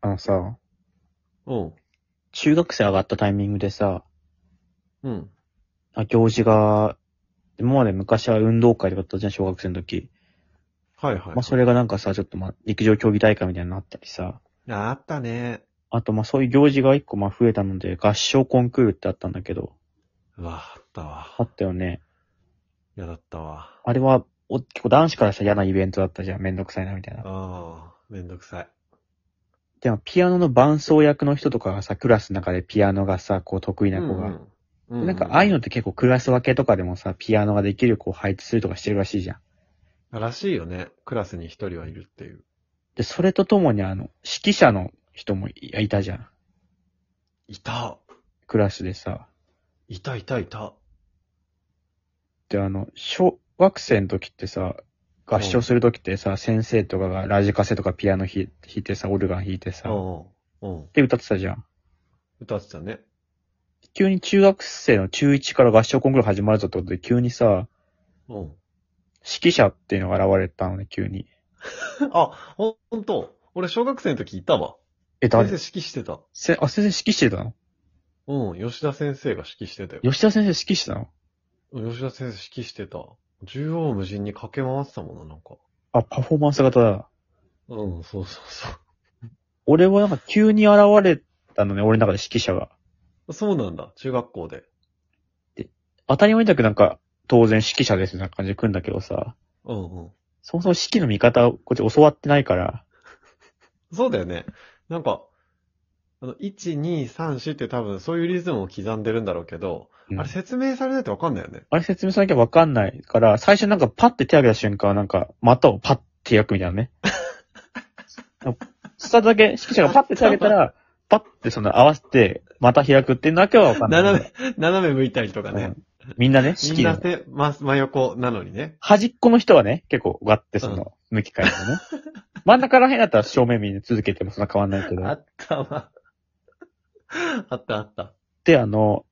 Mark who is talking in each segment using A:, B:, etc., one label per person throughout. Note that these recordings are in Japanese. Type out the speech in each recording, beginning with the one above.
A: あのさ、
B: うん。
A: 中学生上がったタイミングでさ、
B: うん。
A: あ行事が、今まで昔は運動会とかだったじゃん、小学生の時。
B: はいは
A: ま
B: い。
A: あそれがなんかさ、ちょっとまあ陸上競技大会みたいになったりさ、
B: あったね。
A: あとまあそういう行事が一個まあ増えたので、合唱コンクールってあったんだけど、
B: うわ、あったわ。
A: あったよね。
B: 嫌だったわ。
A: あれは、お結構男子からしたら嫌なイベントだったじゃん、めんどくさいなみたいな。
B: ああ、めんどくさい。
A: でもピアノの伴奏役の人とかがさ、クラスの中でピアノがさ、こう得意な子が。
B: うん
A: なんかああいうの
B: う
A: って結構クラス分けとかでもさ、ピアノができる子を配置するとかしてるらしいじゃん。
B: んらしいよね。クラスに一人はいるっていう。
A: で、それとともにあの、指揮者の人もいいたじゃん。
B: いた。
A: クラスでさ。
B: いたいたいた。
A: で、あの、小学生の時ってさ、合唱する時ってさ、先生とかがラジカセとかピアノ弾い弾いてさ、オルガン弾いてさ、
B: うん。うん。
A: で歌ってたじゃん。
B: 歌ってたね。
A: 急に中学生の中1から合唱コンクール始まるぞってことで、急にさ、
B: うん。
A: 指揮者っていうのが現れたのね、急に。
B: あ、ほほんと。俺小学生の時いたわ。
A: え、
B: 先生
A: 誰
B: 指揮してた。
A: せ、あ、先生指揮してたの
B: うん。吉田先生が指揮してたよ。
A: 吉田先生指揮してたの
B: 吉田先生指揮してた。縦横無尽に駆け回ってたもんな、なんか。
A: あ、パフォーマンス型だ。
B: うん、そうそうそ
A: 俺はなんか急に現れたのね、俺の中で指揮者が。
B: う。そうなんだ。中学校で。
A: 当たり前だけどなんか、当然指揮者ですみたいな感じで来るんだけどさ、
B: うんうん。
A: そもそも指揮の見方をこっち教わってないから、
B: そうだよね。なんか、あの、1、2、3、4って多分そういうリズムを刻んでるんだろうけど、
A: うん
B: あれ説明されないとわかんないよね。
A: あれ説明しなきゃわかんないから、最初なんかパッて手挙げた瞬間はなんか、股をパッて焼くみたいなね。下だけ指揮者がパッて手挙げたら、パッてその合わせて、股開くっていうのだけはわかんない。
B: 斜め、 斜め向いたりとか
A: う
B: ね。
A: んみんなね、
B: み
A: 指揮
B: んな
A: の。
B: 手、ま、真横なのにね。
A: 端っこの人はね、結構割ってその、向き変えてね。真ん中ら辺だったら正面見続けてもそんな変わんないけど。
B: あったわ。 あったあった。
A: で、あの、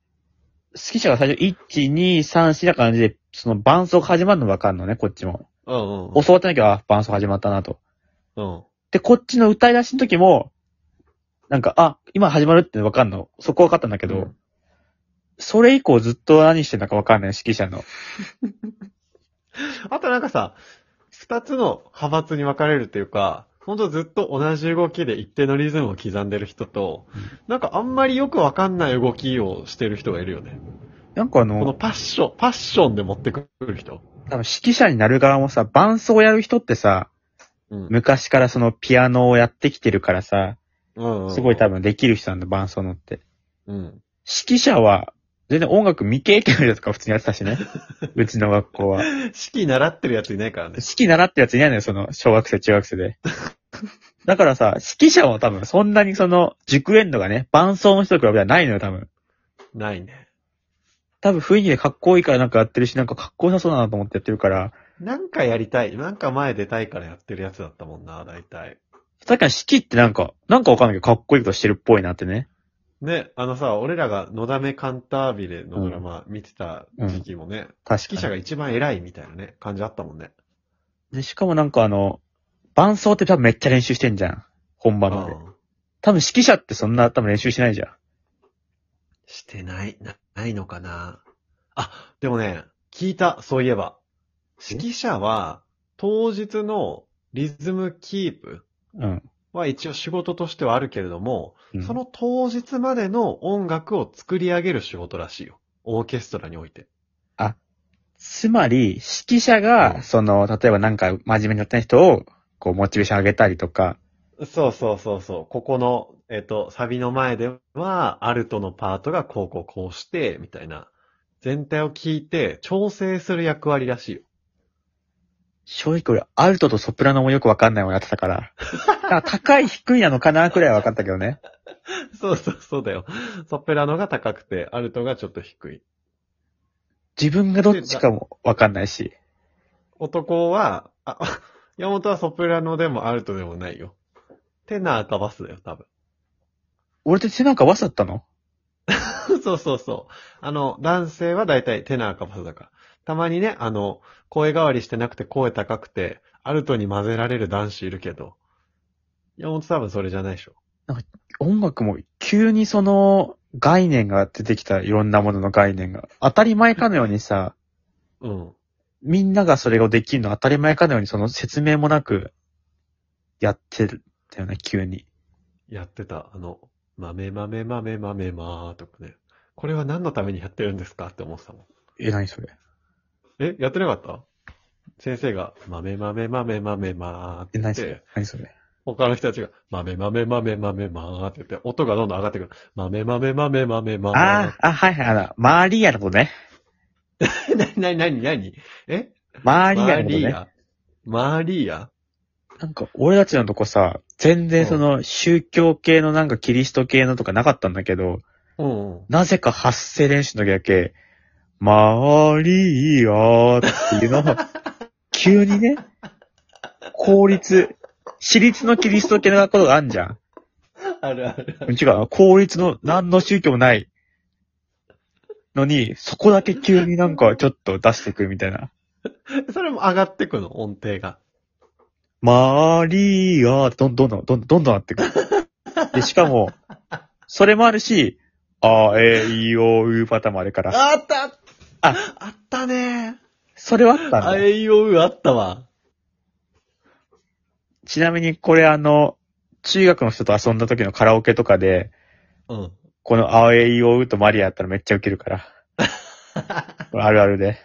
A: 指揮者が最初、1、2、3、4な感じで、その伴奏が始まるの分かるのね、こっちも。
B: うんうん
A: 教わってなきゃ、あ、伴奏始まったなと。
B: うん。
A: で、こっちの歌い出しの時も、なんか、あ、今始まるって分かんの。そこ分かったんだけ
B: け
A: ど、それ以降ずっと何してんだか分かんない、指揮者の。
B: あとなんかさ、二つの派閥に分かれるっていうか、ほんとずっと同じ動きで一定のリズムを刻んでる人と、なんかあんまりよくわかんない動きをしてる人がいるよね。
A: なんかあ
B: この
A: の、
B: パッション、パッションで持ってくる人。
A: 多分指揮者になる側もさ、伴奏やる人ってさ、
B: うん
A: 昔からそのピアノをやってきてるからさ、
B: うん
A: すごい多
B: 分。
A: 分できる人なんだ、伴奏のって。
B: うん。
A: 指揮者は、全然音楽未経験の人とか普通にやってた しね。うちの学校は。指
B: 式習ってるやついないからね。
A: 揮習ってるやついないのよ、その、小学生、中学生で。だからさ、指揮者は多分そんなにその、熟練度がね、伴奏の人と比べたらないのよ、多分。
B: ないね。
A: 多分雰囲気でかっこいいからなんかやってるし、なんかかっこよさそうだなと思ってやってるから、
B: なんかやりたい。なんか前出たいからやってるやつだったもんな、大体。
A: さっきの指揮ってなんか、なんかわかんないけどかっこいいことしてるっぽいなってね。
B: ね、あのさ、俺らがのだめカンタービレのドラマ見てた時期もね、
A: 確か
B: 指揮者が一番偉いみたいなね、感じあったもんね。
A: に。で、しかもなんかあの、伴奏って多分めっちゃ練習してんじゃん。本番まで
B: う。ん
A: 多分指揮者ってそんな多分練習しないじゃん。
B: してない、な、ないのかな。あ、でもね、聞いた、そういえば。
A: え
B: 指揮者は、当日のリズムキープ
A: うん
B: は一応仕事としてはあるけれども、
A: うん。
B: その当日までの音楽を作り上げる仕事らしいよ。オーケストラにおいて。
A: つまり、指揮者が、
B: うん
A: その、例えばなんか真面目にやってない人を、こう、モチベーション上げたりとか、
B: そうそうそうそう。ここの、えっ、と、サビの前では、アルトのパートがこうこうこうして、みたいな。全体を聞いて、調整する役割らしいよ。
A: 正直俺、アルトとソプラノもよくわかんないものやってた から、だから高い低いなのかなくらいはわかったけどね。
B: そうそうそうだよ。ソプラノが高くて、アルトがちょっと低い。
A: 自分がどっちかもわかんないし、
B: 男は、あ、山本はソプラノでもアルトでもないよ。テナーかバスだよ、多分。
A: 俺って背中わさだったの
B: そうそうそう。あの、男性は大体テナーかバスだから。たまにね、あの、声変わりしてなくて声高くて、アルトに混ぜられる男子いるけど、山本多分それじゃないでしょ。
A: 音楽も急にその概念が出てきた、いろんなものの概念が。当たり前かのようにさ、
B: うん。
A: みんながそれをできるの当たり前かのようにその説明もなくやってるんだよね、急に。
B: やってた、あの、豆豆豆豆まーとかね。これは何のためにやってるんですかって思ってたもん。
A: え、何それ
B: え、やってなかった先生が、豆豆豆豆まーって
A: え、
B: 言
A: 何
B: っ
A: それ
B: て、
A: 何それ
B: 他の人たちが、豆豆豆豆まーって言って、音がどんどん上がってくる。豆豆豆豆まー
A: あ。あ、あ、はいはい、あの、マリアのことね。
B: な、な、なに、なにえ
A: マ
B: マ
A: リアのことね。
B: ア。マリア
A: なんか、俺たちのとこさ、全然その宗教系のなんかキリスト系のとかなかったんだけど、
B: うんうん。
A: なぜか発声練習の時だけ、マリアっていうの を、急にね、公立、私立のキリスト系の学校とかあんじゃん。
B: あるある。
A: 違う、公立の何の宗教もないのに、そこだけ急になんかちょっと出してくるみたいな。
B: それも上がってくの、音程が。
A: マリアどんどんどんどんどんどんなってくる。で、しかも、それもあるし、あ、え、い、お、うパターンもあるから。
B: あった
A: あ
B: あったね
A: それはあったんだ
B: あえいおうあったわ。
A: ちなみにこれあの、中学の人と遊んだ時のカラオケとかで、
B: うん。
A: このあえいおうとマリアやったらめっちゃウケるから。これあるあるで。